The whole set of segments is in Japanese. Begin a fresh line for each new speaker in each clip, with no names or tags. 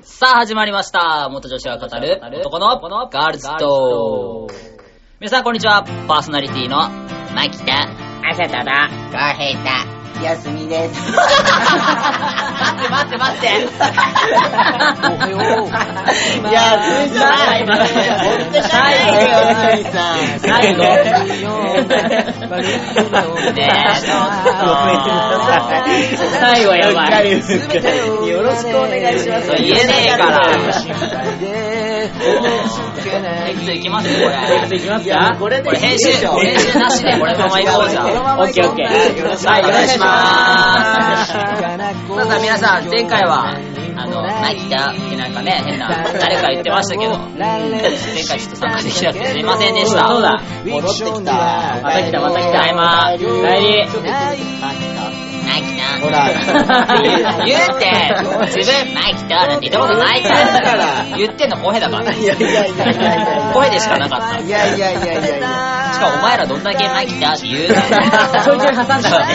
さあ、始まりました。元女子が語る男のガールズトーク。皆さん、こんにちは。パーソナリティの、マキタ。
朝だだ、ガヘタ、休みです。
待って待って待って。
おはよう
いや、ずいさん、今、
本当に
最後。最後。ねえ、ちょっと。
ごめんなさい
最後やばい。
よろしくお願いします。
言えねえから
心配で申し訳ない
テクトいきますこれ。
いきます
いや
か
もうこれで
これ編集、編集なしでこれままいこうじゃん。
このま
は
ま行こう
オッケーオッケー
よろく
い、お願いします。
ま
さあ皆さん、前回は、あの、ナイキだってなんかね、変な、誰か言ってましたけど、前回ちょっと参加できなくてすいませんでした。
そうだ
戻ってきた。
また来たまた来た
ただいま
帰り
ナイキだ。
ほら
言うって、自分、ナイキだなんて言ったことないから、言ってんの公平だから。
いやいやいやいやいや
声でしかなかった。
いやいやいやいやいや。
しかもお前らどんだけナイキだって言うの
ちょいちょい挟んだからね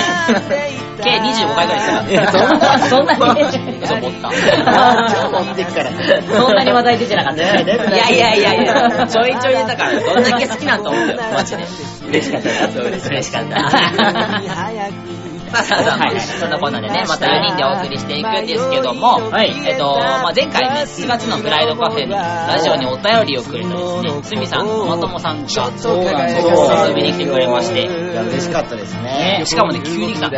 計25回ぐらい
いやそんなそんなに
嘘 持った。
超持ってっから。
そんなに話題出てなかっ
いや
た
いやいやいや、 ちょいちょい出たから、どんだけ好きなんと思ったよ、マジで。嬉しかったな、嬉しかった。さあさあさあ、
はい
そんなこんなでね、また4人でお送りしていくんですけども、
はい
えっと、まあ、前回ね、7月のプライドカフェのラジオにお便りをくれたですね、つみさん、とまともさんが、
そうなんです
そう遊びに来てくれまして、
いや、嬉しかったですね
ね。 しかもね、急に来た。
そ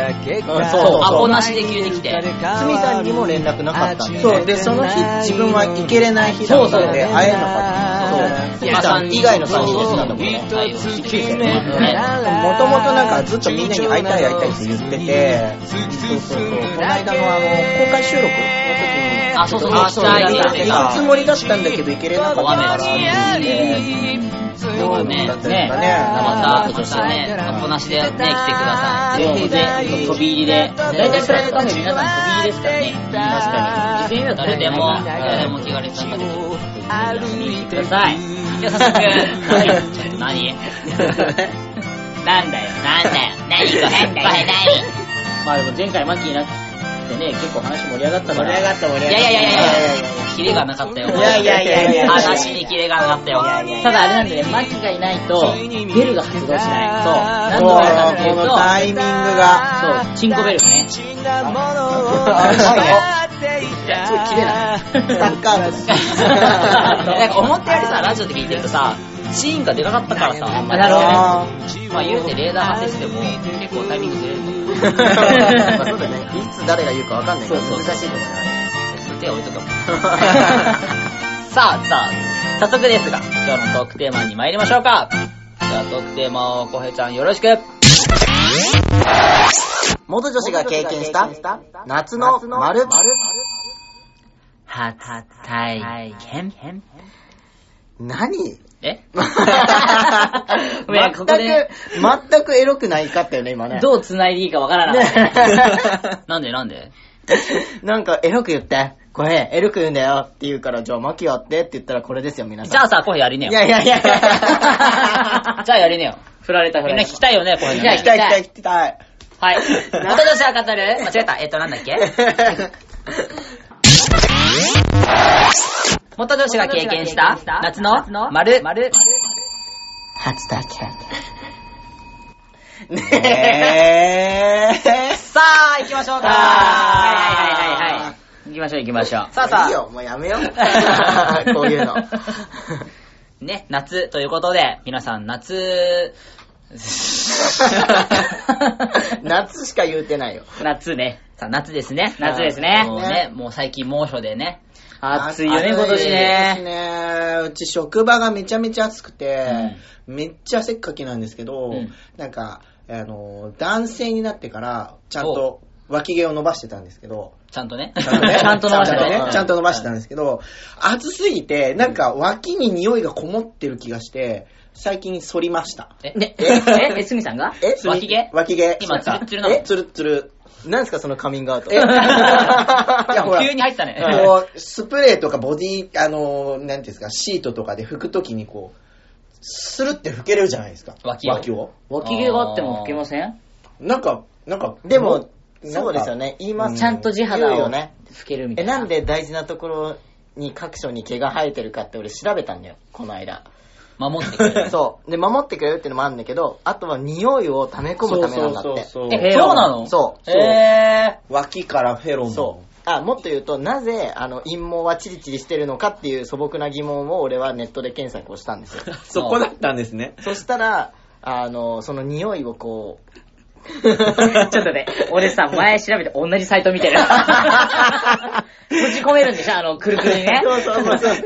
う
そう、アポ
な。
なしで急に来て。
つみさんにも連絡なかったんで。
そうでその日自分は行けれない日だったので会えなかった
そう
つみさん以外の3人ですなんだもんね
そうはいそう
もともとなんかずっとみんなに会いたい会いたいって言っててそうそうそうこの間のあの公開収録の時に
あ、そうそう、
あ
明日行って
行
さ
くつもりだったんだけど行けれなかったからっていうねどうだったんですかね
また、またね、アポなしでね、来てください。
ぜひね、飛び入りで。だいたいプライドカフェ皆さん飛び入りですからね。確かに。実践
誰でも、誰でも
も。
気軽に参加できる。
ください。
じゃあ早速、何なんだよ、なんだよ、何これ、これ何
まあでも前回マッキーいなくてね、結構話盛り上がったか
盛り上が
ら。
った盛り上がった
いやいやいやいやいや、キレがなかったよ。
いやいやいやいや
話にキレがなかったよ。
ただあれなんでね、マッキーがいないと、ベルが発動しない。そう。何
そう
のベルかっていう
このタイ
と、
ミングが
そう、チンコベルがね。
サッカー部 です
なんか思ったよりさ、ラジオで聞いてるとさ、シーンが出なかったからさ、あんまり
なるほどね
あ
まあ言うてレーダー発生しても、結構タイミングずれ ると思う。
ーまあそうだねいつ誰が言うかわかんないから
そうそう
難しいところだね
手置いと くもんさあ、さあ、早速ですが、今日のトークテーマに参りましょうか。じゃあトークテーマを、こへちゃんよろしく。
元女子が経験した夏の丸
初体験。
何
えごめ
全
ん、ここ
く、
で、
全くエロくないかったよね、今ね。
どう繋いでいいかわからなかった。
ね
なんでなんで
なんか、エロく言って。これ、エロく言うんだよって言うから、じゃあ、マキやってって言ったらこれですよ、皆さん。
じゃあさ、コヘやりね
い
よ。
やいやい や。
じゃあやりねよ。
振られた振
みん
ら
な
れ
聞
た。
きたいよね、コヘ
じゃあ
来た来た来た。
はい。元女子が語る間違えた。えっと、なんだっけ 元女子が経験した夏の丸。丸。
初体験。ねえ。
さあ、行きましょうか。はいはいはいはい。
行きましょう行きましょう。
さあさあ
いいよ、もうや めよう。こういうの。
ね、夏ということで、皆さん夏、
夏しか言うてないよ。
夏ね。
さあ夏ですね。
夏ですね
もうね、もう最近猛暑でね。
暑いよね、
暑
今年
です
ね。
ねうち職場がめちゃめちゃ暑くて、めっちゃ汗っかきなんですけど、
うん
なんか、あの、男性になってから、ちゃんと脇毛を伸ばしてたんですけ ど、
ちゃんとね。
ちゃんとね
ちゃんと伸ばして
ちゃんと
たうん
ねちゃんと伸ばしてたんですけど、暑すぎて、なんか脇に匂いがこもってる気がして、最近反りました。
え、
ね、え、え、すみさんが
え
脇毛
脇毛。
今
そう
ツルッツルなの
えツルッツル。なんですか、そのカミングアウ ト。い
いや
や、 ほら。
急に入ったね。
こう、スプレーとかボディ、あのー、なんていうんですか、シートとかで拭くときにこう、スルって拭けるじゃないですか。
脇を
脇毛があっても吹けません
なんか、なんか、
で
なん
も
か、
そうですよ。ね。言います。
ちゃんと地肌
言う
を
よね。
吹けるみた
え、
いな。
なんで大事なところ
に各所に毛が生えてるかって俺調べたんだよ、こ の間。
守ってくれる。
そう。で、守ってくれるっていうのもあるんだけど、あとは匂いを溜め込むためなんだって。
そうそうそう
え
えそうなの
そう。
え
脇からフェロモン。
そう。あ、もっと言うと、なぜ、あの、陰毛はチリチリしてるのかっていう素朴な疑問を俺はネットで検索をしたんですよ。
そこだったんですね。
そしたら、あの、その匂いをこう、
ちょっとね、俺さ、前調べて同じサイト見 てる。閉じ込めるんでしょあの、くるくるにね。
そうそうそうそう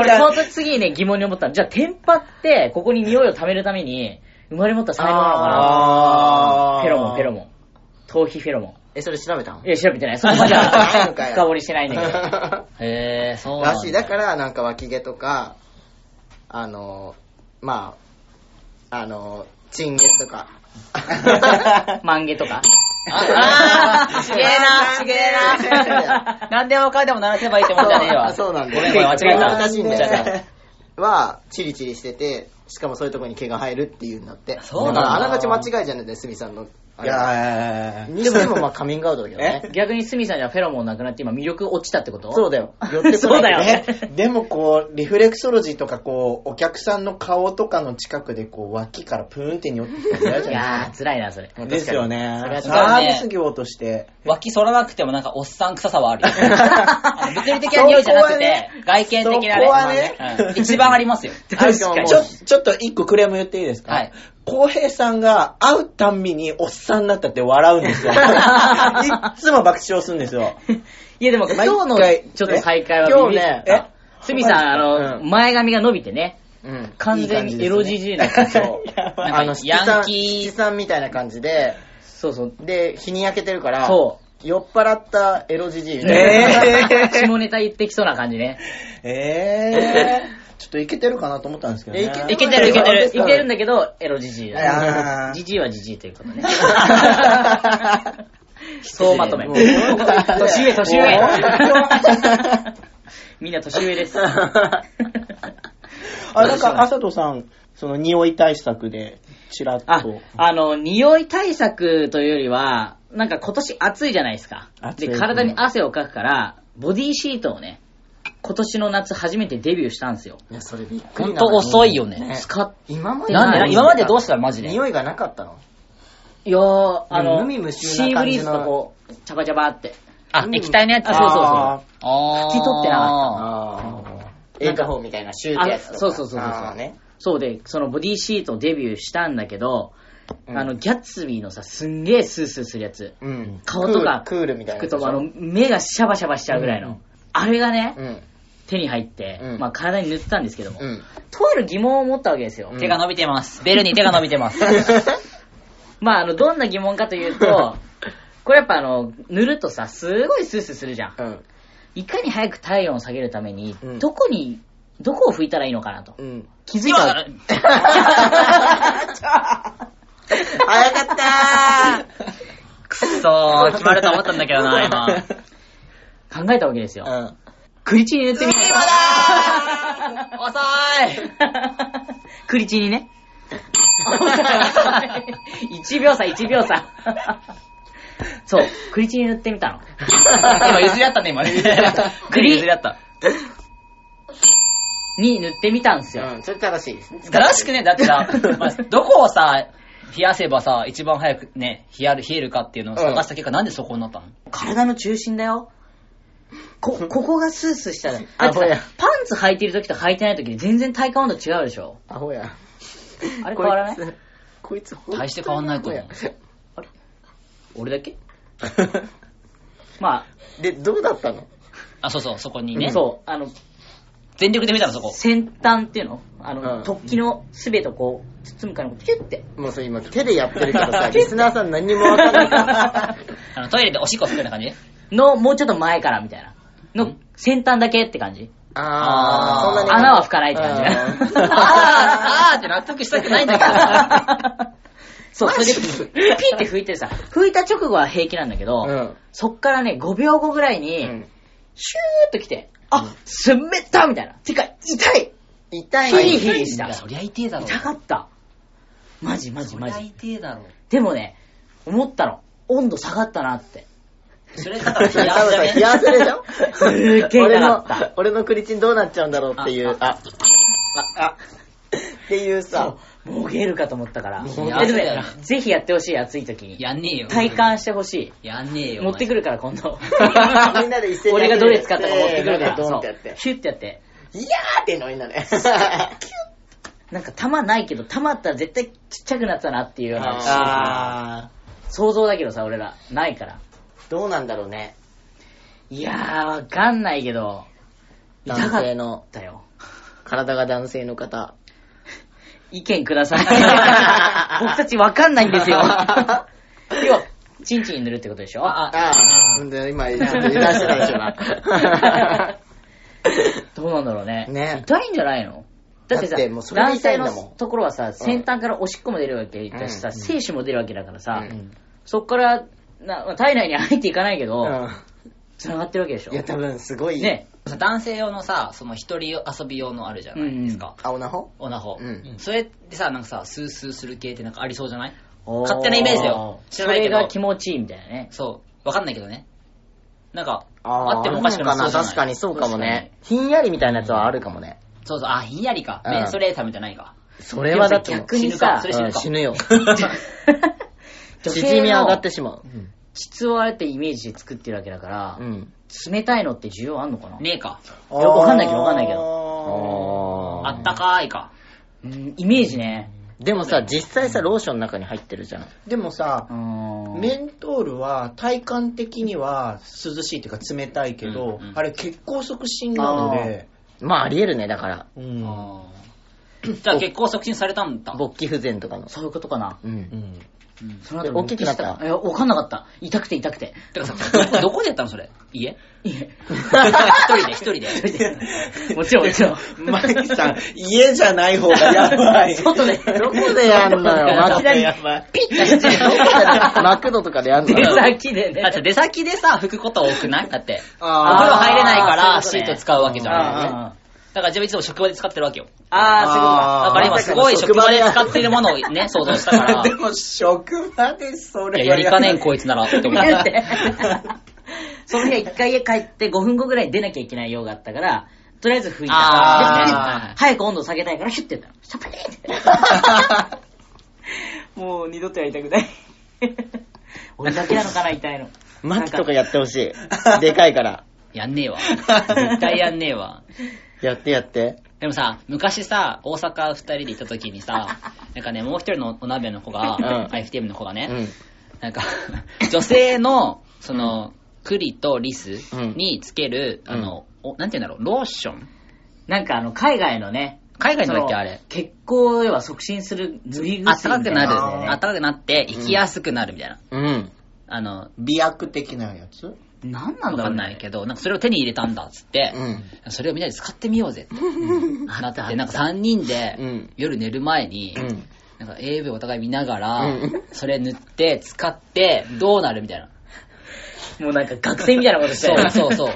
俺、その時次にね、疑問に思ったの。じゃあ、テンパって、ここに匂いを溜めるために、生まれ持った才能なのかな
あー
フェロモン、フェロモン。頭皮フェロモ
え、それ調べたの
ン。いや、調べてない。そこま で
ない
は
のかよ
深掘りしてないんだ けど。
ー、えー、そうな
ら
ん
しい。だから、なんか脇毛とか、あの、まあ、あの、チンゲとか。
マンゲとか。
ああー、ちげえな、ちげえ
な
な。何でもかんでも鳴らせばいいってもんじゃねえわ。
そうなんだ
ごめんごめん、間違えた。
難しいんだよ
間違え
ね。は、チリチリしてて、しかもそういうとこに毛が生えるっていうんだって。
そうなんだ
だから、あながち間違いじゃないですみさんの。あ
い
れ
やー
にしても、まあ、カミングアウトだけ どね。
逆にスミさんじゃフェロモンなくなって今魅力落ちたってこと
そう
だ
だよ。寄ってこない
そうだよ
え でもこう、リフレクソロジーとかこう、お客さんの顔とかの近くでこう、脇からプーンって寄ってきたら嫌じ
い
ゃない
やー、辛いな、それ。
ですか。ですよね
それは。
サ
確かに
ー
ね
ビス業として。
脇反らなくてもなんかおっさん臭さはあるよ。あの物理的な匂いじゃなくて、外見的なね
そこはね
うん一番ありますよ。
確
ち
か
ょ
に。
ちょっと一個クレーム言っていいですか
はい。
浩平さんが会うたんびにおっさんになったって笑うん ですよ。いっつも爆笑するんですよ。
いやでも今日の
毎回
ちょっと再会はビ
え
ビ
今日
った
ね
スミさん、あの、
う
前髪が伸びてね、
うん。
完全にエロじじいな感じ を。
なんか
あの、七
ヤン
三、
キー
七三みたいな感じで、
そうそう。
で、日に焼けてるから、
そう。
酔っ払ったエロじじいみたいな。
えー
下ネタ言ってきそうな感じね。
えー、ちょっといけてるかなと思ったんですけどね。
いけ
いけてるいけてる。い
そう
けるんだけど、エロじじい
いや
だ。
ー
じじいはじじいということ ね。そうまとめ。
もう本当に
年上、年
も
上。 みんな年上 です。
あ、なんか、あさとさん、その匂い対策で、ちらっ
あ
と。、
あの、匂い対策というよりは、なんか今年暑いじゃないですか。
暑い
で、
ですね
体に汗をかくから、ボディシートをね、今年の夏初めてデビューしたんですよ。
いや、それびっく
ほ
り
ん
な
と
のに
遅いよね。
使っ
今まで
なんで
ない
今までどうしたのマジで
匂いがなかったの
いやー、あの、
無味無臭
シ
な
ーブ
感
リー
じ
ズ
の
とこう、チャバチャバって、
あ、液体のやつ。
あそうそうそう
あー。
拭き取ってなか
ああ。映画法みたいなシューってやつとか。
あそうそうそうそう
あーね。
そうで、そのボディシートをデビューしたんだけど、
うん
あの、ギャッツビーのさ、すんげえスースーするやつ、
うん。
顔とか
クールクールみたい
拭く
なやつでしょ。
と、あの、目がシャバシャバしちゃうぐらいの、
うん
あれがね、
うん。
手に入って、
うん
まあ体に塗ってたんですけども、
うん。
とある疑問を持ったわけですよ。
うん
手が伸びてます。ベルに手が伸びて ます。
まあ、あの、どんな疑問かという と、これやっぱあの、塗るとさ、すごいスースーするじゃん。
うん。
いかに早く体温を下げるために、
うん
どこに、どこを拭いたらいいのかなと。
うん。
気づい たら。
早かった
くそー、決まると思ったんだけどな、 今。
考えたわけですよ。
ーうん。
クリチに塗ってみよう。
遅い
クリチにね。1秒差、1秒差。そう、クリチに塗ってみたの。
今譲り合ったね、今ね。
栗
譲り合った。
に塗ってみたんですよ。
うん、それ正しいですね。
正しくね、だって さ、まあどこをさ、冷やせばさ、一番早くね、冷やる、冷えるかっていうのを探した結果、なんでそこになったの
体の中心だよ。こ、ここがスースーしたら。
あ
だってさ
ほや
パンツ履いてる時と履いてない時で全然体感温度違うでしょ
アホや。
あれ変わらない
こいつ、こいつ
大して変わんないと思う
アホや
俺だけま
で、どうだったの
あ、そうそう、そこに
あ、
ね。
そう、あの、
全力で見たの、そこ。
先端っていうのあの、
うん
突起のすべてをこう、包むから、キュッて。
もうそれ今手でやってるから さ、リスナーさん何にもわか んないから。
あの、トイレでおしっこするような感じね
の、もうちょっと前からみたいな。の、先端だけって感じ。
あー、そんなに。
穴は吹かないって感じ。
あー
あー、あーって納得したくないんだけど。
そう、それで、ピーって拭いてさ、拭いた直後は平気なんだけど、
うん
そっからね、5秒後ぐらいに、
うん
シューっと来て、あ、すめったみたいな。てか、痛い
痛い
ヒ
の
リ
に。
ヒリした。
そりゃ痛えだろ。
痛かった。マジマジ
そ
マ
りゃ
ジ。
痛えだろ。
でもね、思ったの。温度下がったなって。それだから冷や
多分さ、
汗
冷
じゃ
や
ね
汗でしょ
すげえ
俺
痛
の
かった、
俺のクリチンどうなっちゃうんだろうっていう、あ、
あ、あ、
っていうさ、
もげるかと思ったから。
もう
いやでもね
やだよ
ぜひやってほしい、暑い時に。
やんねえよ。
体感してほし
やんねえ
い。
よ。
持ってくるから、今度。
みんなで一斉に
俺がどれ使ったか持ってくるから。
せーの
そ
ドン
う
ってやって。
ヒュッてやって。
いやーってのみんなで。
なんか弾ないけど、弾あったら絶対ちっちゃくなったなっていうような
あ
想像だけどさ、俺ら。ないから。
ー、どうなんだろうね。
いやー、わかんないけど、痛か
男
っ
性の、
たよ。
体が男性の方。
意見ください。僕たちわかんないんですよ。要は、チンチンに塗るってことでしょ
あ、あ、
あー、で今、ちょっと油断してたでしょな。
どうなんだろうね。
ね
痛いんじゃないのだってさ、
だってもうそれが
男
痛
性
いんだもん
のところはさ、先端からおしっこも出るわけだしさ、
うん
精子も出るわけだからさ、
うん
そっからなまあ体内に入っていかないけど、
う
繋がってるわけでしょ
ん。いや、多分すごい。。
ね。
男性用のさ、その一人遊び用のあるじゃないですか。
青なほ
オナホ
うん。
それってさ、なんかさ、スースーする系ってなんかありそうじゃない
おー
勝手なイメージだよ知ら
そ
ないけ
れ
ど
が気持ちいいみたいなね。
そう。わかんないけどね。なんか、
あー
あってもおかしくな
あ
さ
るの
そうじ
かな
ゃ
確
な
か
い
にそうかもね。ひんやりみたいなやつはあるかもね。
そうそう、あ、ひんやりか。
う
ね、
ん
それ食べてないか。
それはだってもう、
逆にさ
死ぬかそれ死
うん
ぬか。
死ぬ よ。
女
縮
性
み上がっ
の
てしまう。
質をあえてイメージで作ってるわけだから、
うん。
冷たいのって需要あんのかな、
ねえか。
いやわかんないけどわかんないけど
ど
あったかーいか。
うん、イメージね。
でもさ、実際さ、ローションの中に入ってるじゃん。
でもさ
う、ん
メントールは体感的には涼しいっていうか冷たいけど、
うんうん
あれ血行促進なので、
まあ、ありえるね、だから。
うん
あーじゃあ結構促進されたんだ。
勃起不全とかの。
そういうことかな。
うん。
うん
その後
え大きくなった
いや、わかんなかった。痛くて痛くて。
てかさ、ど こどこでやったのそれ家
いえ
一人で、一人で。
もちろん、もち ろん。
マキさん、家じゃない方がやばい。
外で。どこ
でやんのよ
いきなり、
やばい。
ピッて走っ て
マクドとかでやんの
出先でね
だっ。て出先でさ、拭くこと多くないだって。お
ー
風呂入れないか
あー
ら
そう
シ
いう
ー
ことね
ト使うわけじゃ
あ
ん。
ーあー
だから自分いつも職場で使ってるわけよ。
あー、
だ
あ
から今すごい職場で使ってるものを ね、想像したから。
でも、職場でそ
いや、
れ
やりかね
声
ん、こいつなら、って
すご
思
い。
っ。
だってて、その日は一回家帰って5分後ぐらいに出なきゃいけない用があったから、とりあえず拭いた。
あー
で早く温度下げたいから、ヒュッてやったの。シャプリーって。 もう二度とやりたくない。俺だけなのかな、痛いの。
マキとかやってほし い。でかいから。
やんねえ わ。絶対やんねえわ。
やってやって。
でもさ、昔さ、大阪二人で行った時に さ、なんかね、もう一人のお鍋の子が、
うん
IFTM の子が
う
ね、
ん。
なんか、 女性の、その、栗とリスにつける、
うん
あの、おなんて言うんだろう、ローション
なんかあの、海外のね、
海外のだっけ
そ
あれ。
血行を要は促進する塗り薬み
あったかくなる。
たいのね
あったかくなって、生きやすくなるみたいな。
うん。
あの、
美薬的なやつ
なんな
わ
ん
か
だろうん
ない
ね。
けど、なんかそれを手に入れたんだっつって、
うん。
それをみんなで使ってみようぜって、なって、なんか3人で、
うん
夜寝る前に、
うん。
なんか AV お互い見ながら、
うん
それ塗って、使って、どうなるみたいな。
もうなんか学生みたいなことして
そ
たよ
う そうそう。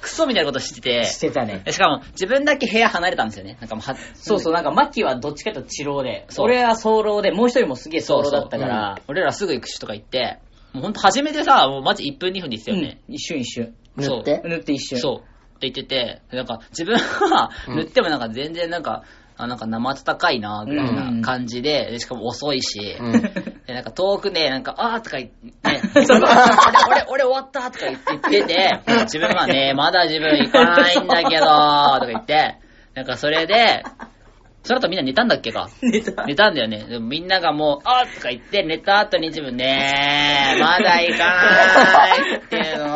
クソみたいなことしてて、
してたね。
でしかも自分だけ部屋離れたんですよね。なんかもうは
そうそう、なんかマッキーはどっちかというと治療で、
そう
俺は早漏で、もう一人もすげえ早
そう
漏
そう
だったから、
俺らすぐ行くしとか行って、もうほんと初めてさ、もうマジ1分2分で行ってたよね。
うん一瞬一瞬。
そう
塗って
塗って一瞬。
そう。って言ってて、なんか自分は塗ってもなんか全然なんか、あなんか生温かいなぐらいな感じで、でしかも遅いし、
うん
でなんか遠くね、なんか、あーとか言って、 ね、俺、俺、俺終わったとか言って言ってて、自分はね、まだ自分行かないんだけど、とか言って、なんかそれで、その後みんな寝たんだっけか
寝た
寝たんだよね。でもみんながもう、あーとか言って、寝た後に自分ねー、まだ行かないっていうのを、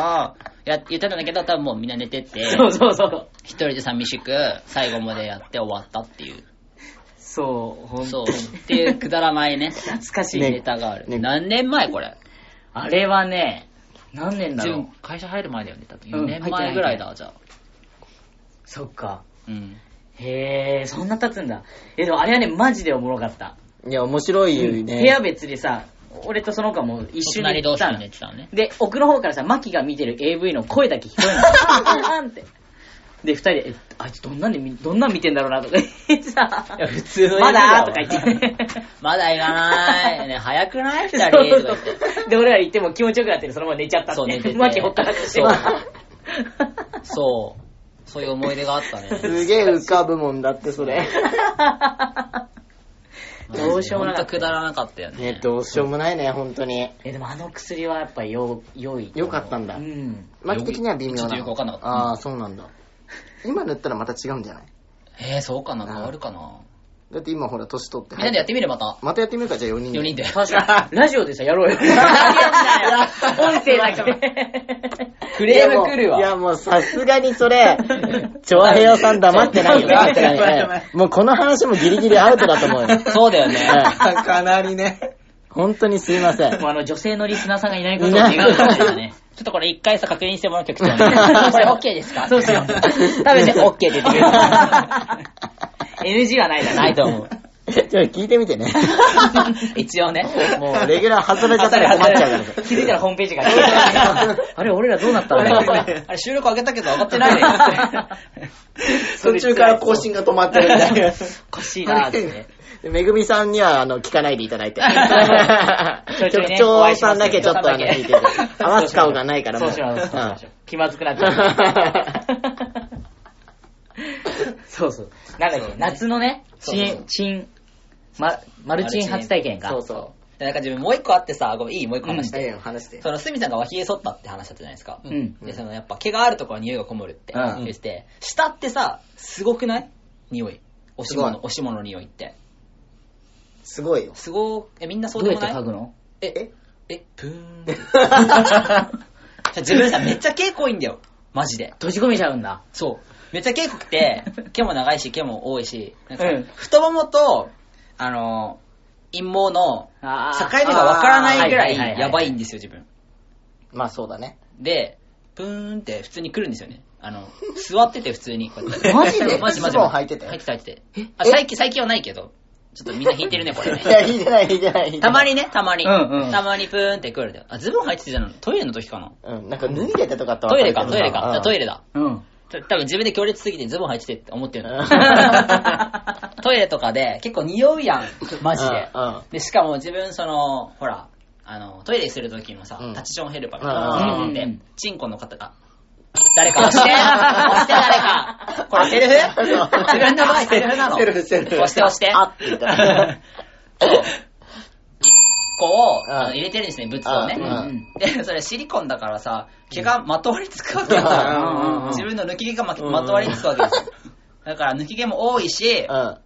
やっ言ってたんだけど、多分もうみんな寝てって、
そうそうそう。
一人で寂しく、最後までやって終わったっていう。
そう、ほん
そ
と
う。っていうくだらないね、
懐かしいね。
ネタがある。
ね
何年前これ
あれはね、何年だろう
自分。会社入る前だよね、多分。
う
4
ん
年前ぐらいだ、じゃあ。
そっか。
うん。
へえ、そんな経つんだ。え、でもあれはね、マジでおもろかった。
いや、面白い
部
ね。
屋別でさ、俺とその子はもう一緒に
隣同
行っ
士
た
に
の
寝。てたのね。
で、奥の方からさ、マキが見てる AV の声 だけ聞こえるの。あんあんあんって。で、二人で、え、あいつどんなんで見、どんなん見てんだろうなとかてさ、
いや普通の
ま
映画
だ
わ
とか言って。
まだいらない。 ね、早くない 二
そ
人
うそう
とか言って。
で、俺ら行っても気持ちよくなってる、そのまま寝ちゃった
そう
っ
寝て
て。
て
マキほったらかして。
そう。そういう思い出があっ たね。
すげえ浮かぶもんだって、それ。
どうしようもなか
ほんと
った
くだらなかったよね。
ね、どうしようもないね、本当に。
え、でもあの薬はやっぱよ、良い。
良かったんだ
うん。
マキ的には微妙な
ちょ
の。
っとよくわかんなかった
ああ、そうなんだ。今塗ったらまた違うんじゃない
えー、そうかな変わるかな
だって今ほら、年取って。
みんなでやってみるまた。
またやってみるか、じゃあ4人で。
4人で。
ラジオでさ、やろうよ。音声だけで。
ク
いやもういやもうさすがにそれ、チョアヘヨさん黙ってないよ。
黙
黙
っ
ってて
な
ないいね。もうこの話もギリギリアウトだと思うよ。
そうだよね。
かなりね。
本当にすいません。
もうあの、女性のリスナーさんがいないことを願うからだ ね。
ちょっとこれ一回さ、確認してもらう局長 に。これ OK ですか
そうしよう
多分ね、OK 出 てくる。
NG はないだ
ないと思う。
じゃあ聞いてみてね。
一応ね。
もうレギュラー外れちゃ
あ
った
たり
ら
あ
困っ
たり
ちゃうから。
気づいたらホームページが消えてた。あれ、俺らどうなったの
あれあれ収録上げたけど上がってないね。
途中から更新が止まってるみ たいな。
おかしいなーってね。
でめぐみさんには、あの、聞かないでいただいて。
ょいちょい
局
ね
長さんだけちょっとあの、
お会
聞
い
い
して
て
ますよ。
合わす顔がないからも。
そううしよう、そうしましょ
ん
う。気まずくなっちゃう。 そうそう。なんだっけ、夏のね、チン、チン、ま、マルチン初体験か。
そうそ
でなんか自分もう一個あってさ、ごめん、いいもう一個話し
う。
て。
ええ話 して。
その、すみさんが脇毛剃ったって話だったじゃないですか。
うん
で、その、やっぱ毛があるところに匂いがこもるって
うん
言ってて、下ってさ、すごくない匂い。おし
す
物、
ご
おし物の匂いって。
すごいよ。
すごえ、みんなそ
ど
う
う
で
や
もな
って
い
嗅ぐの
え、え、え、プーンって。自分さ、めっちゃ毛濃いんだよ。マジで。
閉じ込めちゃうんだ。
そう。めっちゃ毛濃くて、毛も長いし、毛も多いし、なんか
うん
太ももと、あの、陰毛の
あ
境目がわからないぐら
あーはいはいはいはい
いや ばいんですよ、自分。
まあそうだね。
で、プーンって普通に来るんですよね。あの、座ってて普通に こうやって。
マジ で
マジマジ
ズボン履いてたよ
履いてた履いてたあ最近、最近はないけど、ちょっとみんな引いてる ね、これ
いや、
ね。
聞いてない、聞いてない。聞いてない
たま。にね、たまに。
うんうん
たまにプーンって来るんだよ。あ、ズボン履いてたじゃん。トイレの時かな。
うん、なんか脱いでたとかって
トイレか、トイレか。じゃあトイ
レ。
レだ。
うん。
た多分自分で強烈すぎてズボン履いててって思ってる
う
の
ん。
トイレとかで結構匂うやん。マジで
うんうん。
で、しかも自分その、ほら、あの、トイレする時のさ
うん、
タッチションヘルパーみ
う
た
ん
いなので、チンコの方が、誰か押して、押して誰か。これセルフ
そう
自分の場合セルフなの。
セルフセルフ
押して押して。
あって言った。
そうこう、
うん
あの入れてるんですね、物をね。
うん
で、それシリコンだからさ、毛がまとわりつくわけよ。
うんうんうん
自分の抜き毛がま,、
うん
まとわりつくわけですよ。だから抜き毛も多いし、
うん。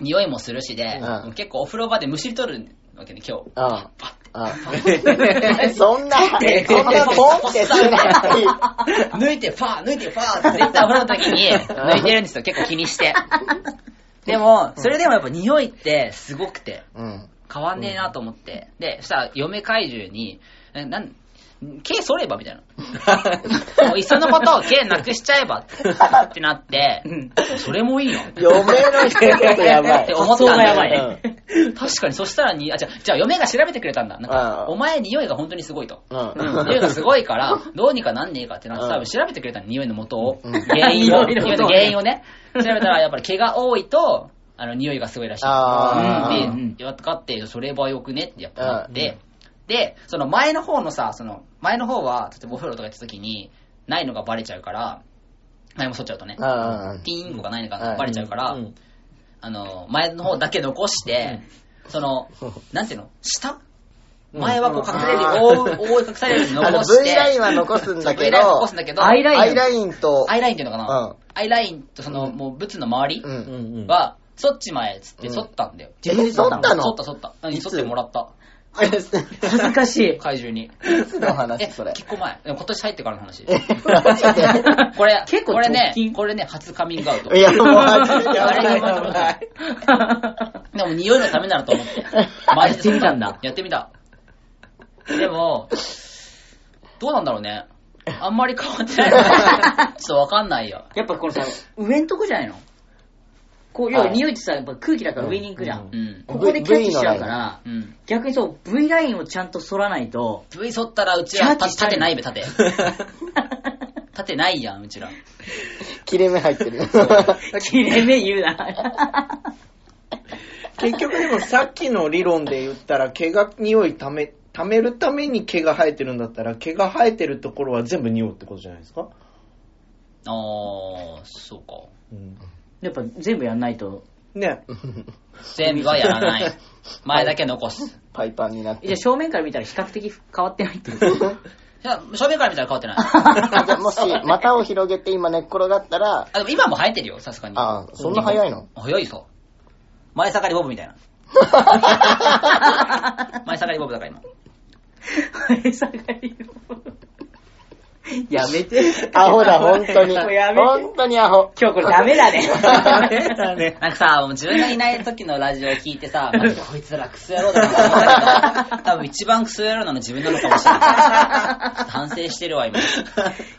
匂いもするしで、
うん
結構お風呂場でむしり取るわけね、今日。
ああ。そんな、そんなポンってしない。
抜いてファー、抜いてファーって絶対お風呂の時に抜いてるんですよ、結構気にして。でも、それでもやっぱ匂いってすごくて。
うん。
変わんねえなと思って、で、そしたら嫁怪獣に、えなん、毛剃ればみたいな。もういっそのこと毛なくしちゃえばってなって、それもいいよ。
嫁の一言やばい。
って思ったんだよ
発想がやばい
ね。確かに、そしたらに、あ、じゃあ、じゃあ嫁が調べてくれたんだ。なんか、
うん
お前匂いが本当にすごいと。
うん
うん匂いがすごいから、どうにかなんねえかってなって、
うん
多分調べてくれたの、匂いの元を。
うん
原因を、
匂いの元
匂いの
を
原因をね。調べたら、やっぱり毛が多いと、あの、匂いがすごいらしい。
あ
ー
うんで、やったかって、それはよくねってやっぱなって、で、その前の方のさ、その、前の方は、例えばお風呂とか行った時に、ないのがバレちゃうから、前も剃っちゃうとね、
うん。
ティーンコがないのがバレちゃうから、
うん
あの、前の方だけ残して、その、なんていうの下前はこう隠れる、
う
覆う覆い隠されるように
あの、
残して、
V ラインは残すんだけ
V ラインは残すん
ど、
だけど、
アイ
アイラインと、
アイラインっていうのかな、
うん
アイラインとその、もう、ブツの周り
うん。
は、そっち前っつって剃ったんだよ。
え、剃ったの
剃った剃った。うん
いつ
剃ってもらった。
いつ
恥ずかしい。
怪獣に。
の
え、
話それ。
結構前。今年入ってからの話。
え、マジで
これ、
結構
これね
直近、
これね、初カミングアウト。
いや、もう、や
あれ
ばい
や
やば
ば
い。
い。でも匂いのためならと思って。マジで
やってみたんだ
やってみた。でも、どうなんだろうね。あんまり変わってない。ちょっとわかんないよ。
やっぱこのさ、上んとこじゃないのこう、要は匂いってさ、やっぱ空気だから上に行くじゃん
う。ん。
ここでキャッチしちゃうか
V の
ら、
うん。
逆にそう、V ラインをちゃんと反らないと、
V 剃ったらうちは
キャッチしたい
縦ないべ、縦。立てないやん、うちら。
切れ目入ってるよ。
切れ目言うな。
結局でもさっきの理論で言ったら毛が匂いため、ためるために毛が生えてるんだったら毛が生えてるところは全部匂うってことじゃないですか、
あー、そうか。
うん、
やっぱ全部やんないと。
ね。
全部はやらない。前だけ残す。い
パイパンになって
じゃ
る。
あ正面から見たら比較的変わってないってこと
や、正面から見たら変わってない。
じゃあもし、股を広げて今寝っ転がっ たら、
あ、でも今も生えてるよ、さすがに。
あーそんな早いの
早いぞ。前盛りボブみたいな。前盛りボブだから今。
前下がりをやめて。
アホだ、本当に。
もうやめて
本当にアホ。
今日これダメだ ね。
なんかさ、もう自分がいない時のラジオを聞いてさ、なんかこいつらクソ野郎だなと思ったけど、多分一番クソ野郎なの自分なのかもしれない。反省してるわ、今。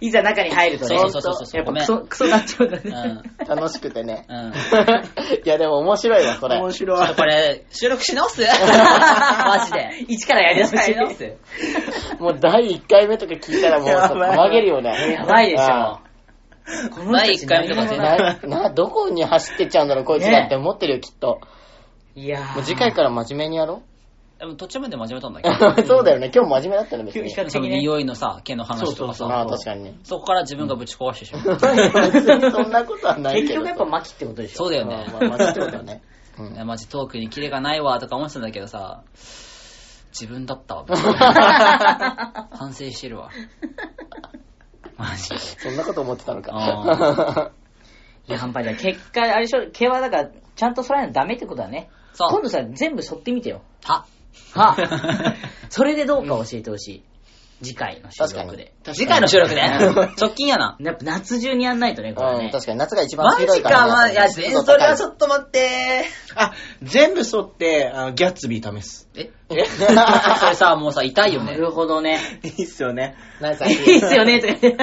いざ中に入るとね。
そうそうそうそうそう
やっぱ
ごめん
クソ、クソなっちゃうんだ
う
ね
ん。。
楽しくてね。
うん。
いや、でも面白いわ、それ。
面
ちょ
白
っ
い
と。これ、収録し直すマジで。
一からやり直し
やり直す
もう第1回目とか聞いたらもう
やばい
曲げるよね。
やばいでし
あ
ょ。
第1回目とか全然。
な、な、どこに走ってっちゃうんだろう、こいつらって思ってるよ、きっと。
いやー
もう次回から真面目にやろ
でも途中まで真面目だったんだけ
う。そうだよね、今日真面目だったの別
急に
に
比。較
ど。そ
的
の
ね。
匂いのさ、毛の話とか
まあ
さ、
確かにね。
そこから自分がぶち壊してしまう。
別にそんなことはない
結
けど。
局やっぱ巻きってことでしょ。
そうだよね。
まあまあまあそうだよね。う
い
ん
やマジトークにキレがないわとか思ってたんだけどさ、自分だったわ。反省してるわ。マジで。
そんなこと思ってたのか
あ。
いや、半端じゃない結果、あれでしょ、毛はだから、ちゃんと剃らないとダメってことだね。
そう
今度さ、全部剃ってみてよ。
は
はそれでどうか教えてほしい。次 回の収録で。
次回の収録ね。直近やな。
やっぱ夏中にやんないとね、これ
うん、
ね。
確かに夏が一番
マ
強い
ジ
から
か、
ね。
まあ、いや、全それはちょっと待って
あ、全部剃って、あのギャッツビー試す。
ええ それさ、もうさ、痛いよ
な
ね。
るほどね。
いいっすよね。
何歳
いいっすよね、とか言って。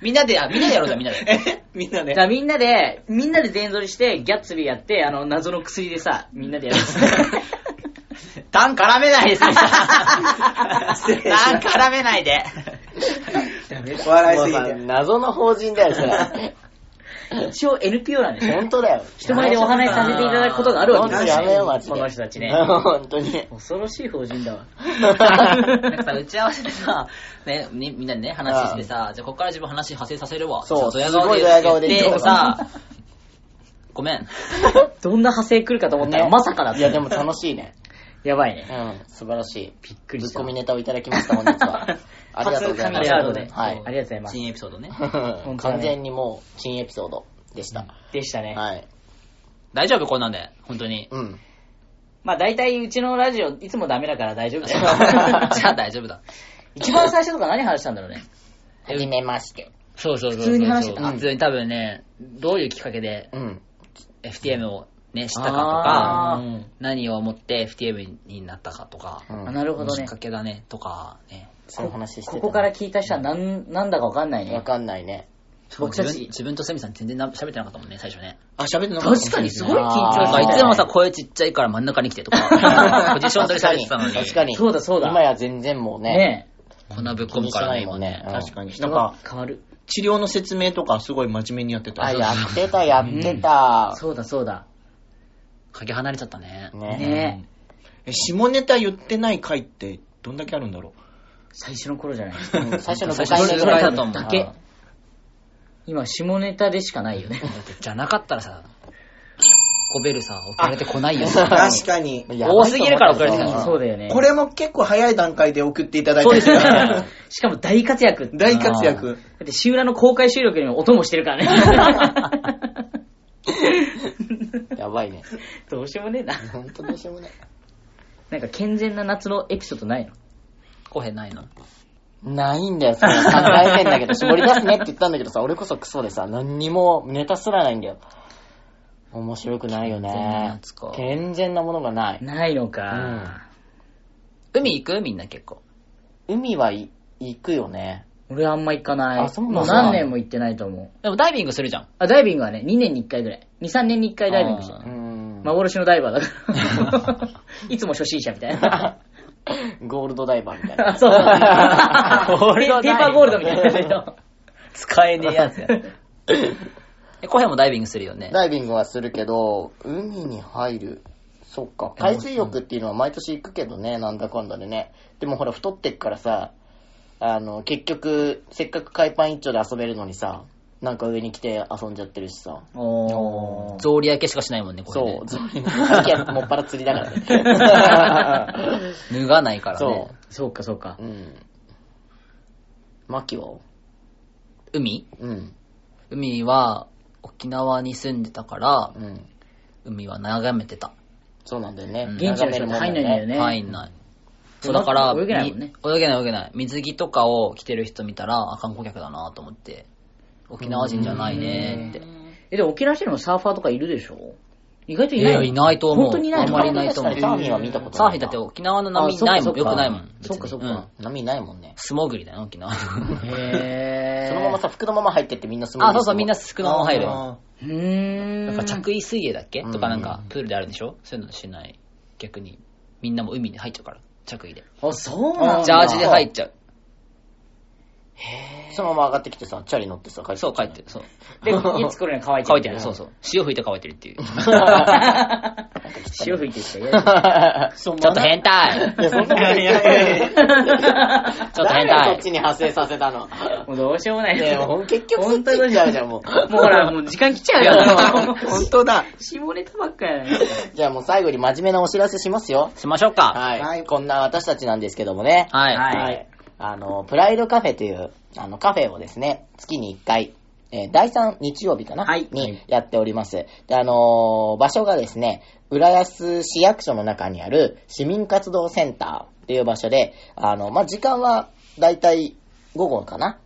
みんなで、あみんなでやろうぜ、みんな で。
えみんな
だ
ね
か。らみんなで、みんなで全剃りして、ギャッツビーやって、あの、謎の薬でさ、みんなでやる。
タン絡めないです ね。タン絡めないで。
笑い
も
す
う
ぎ
さ
て。
謎の法人だよ、そ れ。
一応 NPO なんでしょ
本当だよ。
人前でお話しさせていただくことがあるわけ
本当やめようマジで
この人たちね。
本当に。
恐ろしい法人だ わ。
なんかさ、打ち合わせでさ、ね、みみんなでね、話してさ、じゃあここから自分話派生させるわ。
そう
さドヤ顔で言
すごいドヤ顔で言って
言って
たから
さ、ごめん。
どんな派生来るかと思ったら、
ね
まさかだった。
いや、でも楽しいね。
やばいうね。
ん、素晴らしい。
びっくりし
ツッ
た。
コミネタをいただきました、本日 は。ありがとうございま
初神
す。
ワードで。
は
はいい。あ。りがとうございます。
新エピソードね。
本当だね
完全にもう、新エピソードでした。
でしたね。
はい。
大丈夫こんなんで、本当 に。
うん。
まあ大体うちのラジオいつもダメだから大丈夫
じ
だよ。
ゃあ大丈夫だ。
一番最初とか何話したんだろうね。
はじめまして。
そうそうそうそう。
普通に話してた
普通に多分ね、どういうきっかけで
うん。
FTM をね、知ったかと
あ
か
ー
うん、何を思って FTM になったかとか、
う
あ
ん。
なるほど
き
ね
っ。かけだね、とかね。
その話してた
こ
ね
こから聞いた人はなんなんだかわかんないね
わ。かんないね。
僕たち
自分自分とセミさん全然な喋ってなかったもんね、最初ね。
あ、喋ってな
確かにすごい緊張
あー
いつもさ、声ちっちゃいから真ん中に来てと か、ポジション取りされてたのに、
確かに。
そうだそうだ
今や全然もうね。
ね
こんなぶっ
気
込む
にし
から
な
ね、
いも
今
んね
ね。。
確か
に。
に。
え。
なんか、
変わる。
治療の説明とかすごい真面目にやってた。
あ、やってた、やってた。
そうだそうだ。
かけ離れちゃったね。
ね。
ね
え下ネタ言ってない回って、どんだけあるんだろ
最初の頃じゃない
うん最初の
最初
5回
の
目
ぐ
ぐ
ら
ら
い
い
だと思う。
だけ。今、下ネタでしかないよね。
だってじゃなかったらさ、ゴベルさ、送られてこ ないよ。
う。確かに。
やばいと思ったよ
多すぎるから送られてきた
そうだよね。
これも結構早い段階で送っていただい
そう
て
です よね。しかも大活躍。だ
大活躍。
って、シウラの公開収録にも音もしてるからね。
やばいね。
どうしようもねえな。
本当どうしようもない。
なんか健全な夏のエピソードないの
後編ないの。
ないんだよ、それ。考えてんだけど、絞り出すねって言ったんだけどさ、俺こそクソでさ、何にもネタすらないんだよ。面白くないよね。健全なものがない。
ないのか。
海行くみんな結構。
海はい行くよね。
俺あんま行かない。
あそうなんだ
もう何年も行ってないと思う。
でもダイビングするじゃん。
あ、ダイビングはね、2年に1回ぐらい。2、3年に1回ダイビングして
う
る。
ーん。
幻のダイバーだから。 いつも初心者みたいな。
ゴールドダイバーみたいな。
あそう。ペーパーゴールドみたいな。
使えねえや つや。え、コヘもダイビングするよね。
ダイビングはするけど、海に入る。そっか。海水浴っていうのは毎年行くけどね、なんだかんだでね。でもほら、太ってっからさ、あの、結局、せっかく海パン一丁で遊べるのにさ、なんか上に来て遊んじゃってるしさ。
おー。草履焼けしかしないもんね、これ、ね。
そう、ゾウリの。さっきはもっぱら釣りだからね。
脱がないからね
そ。
そうか、そうか
う。。うん。マキは
海
うん。
海は、沖縄に住んでたから
う、ん。
海は眺めてた。
そうなんだよね。
うん
現地の人って入んないんだよね。
入んない。そう
ま
だ
ず
から、
泳げないもんね
み泳げない泳げない。水着とかを着てる人見たら、あ、観光客だなと思って、沖縄人じゃないねって。
え、でも沖縄市にもサーファーとかいるでしょ意外とい
い
ない
や、
の
いないと思う。
本当にいない
あん
の
まりいないと思う。
確かにサーフィンは見たことないな
サーフィンだって沖縄の波
あそっか
ないも
そ
ん。
っか
よくないもん。別に
そっかそっか
うん
波ないもんね。
素潜りだよ、沖 縄。
へー。
そのままさ、服のまま入ってってみんな住む
あ、そうそう、みんなスクのまま入る。
あ
うーん。
なんか着衣水泳だっけとかなんか
う、
プールであるんでしょそういうのしない。逆に。みんなもう海に入っちゃうから。着衣で。
あ、そうなんだ。
ジャージで入っちゃう。
そのまま上がってきてさ、チャリ乗ってさ、帰ってきて
そう、帰ってる。そう。
で、家作るのに乾いちゃ
乾い
う。
てる。そうそう。潮吹いて乾いてるって いう。ち
潮吹いてきたよ。嫌だ
そう
ょっと変態
いや、そんなこと言ってない
ち
よ。
ょっと変
誰をそ
態
っちに派生させたの。
もうどうしようもない。
いや、
も
もう結局そっち行っちゃうじゃん、もう。
うほら、もう時間来ちゃう よ。
本当だ。
下ネタばっかやな。
じゃあもう最後に真面目なお知らせしますよ。
しましょうか。
はい。
はい
こんな私たちなんですけどもね。
はい。
はい
あの、プライドカフェという、あの、カフェをですね、月に1回、えー第3日曜日かな、
はい
にやっております。で、あのー場所がですね、浦安市役所の中にある市民活動センターっていう場所で、あの、まあ、時間はだいたい午後かな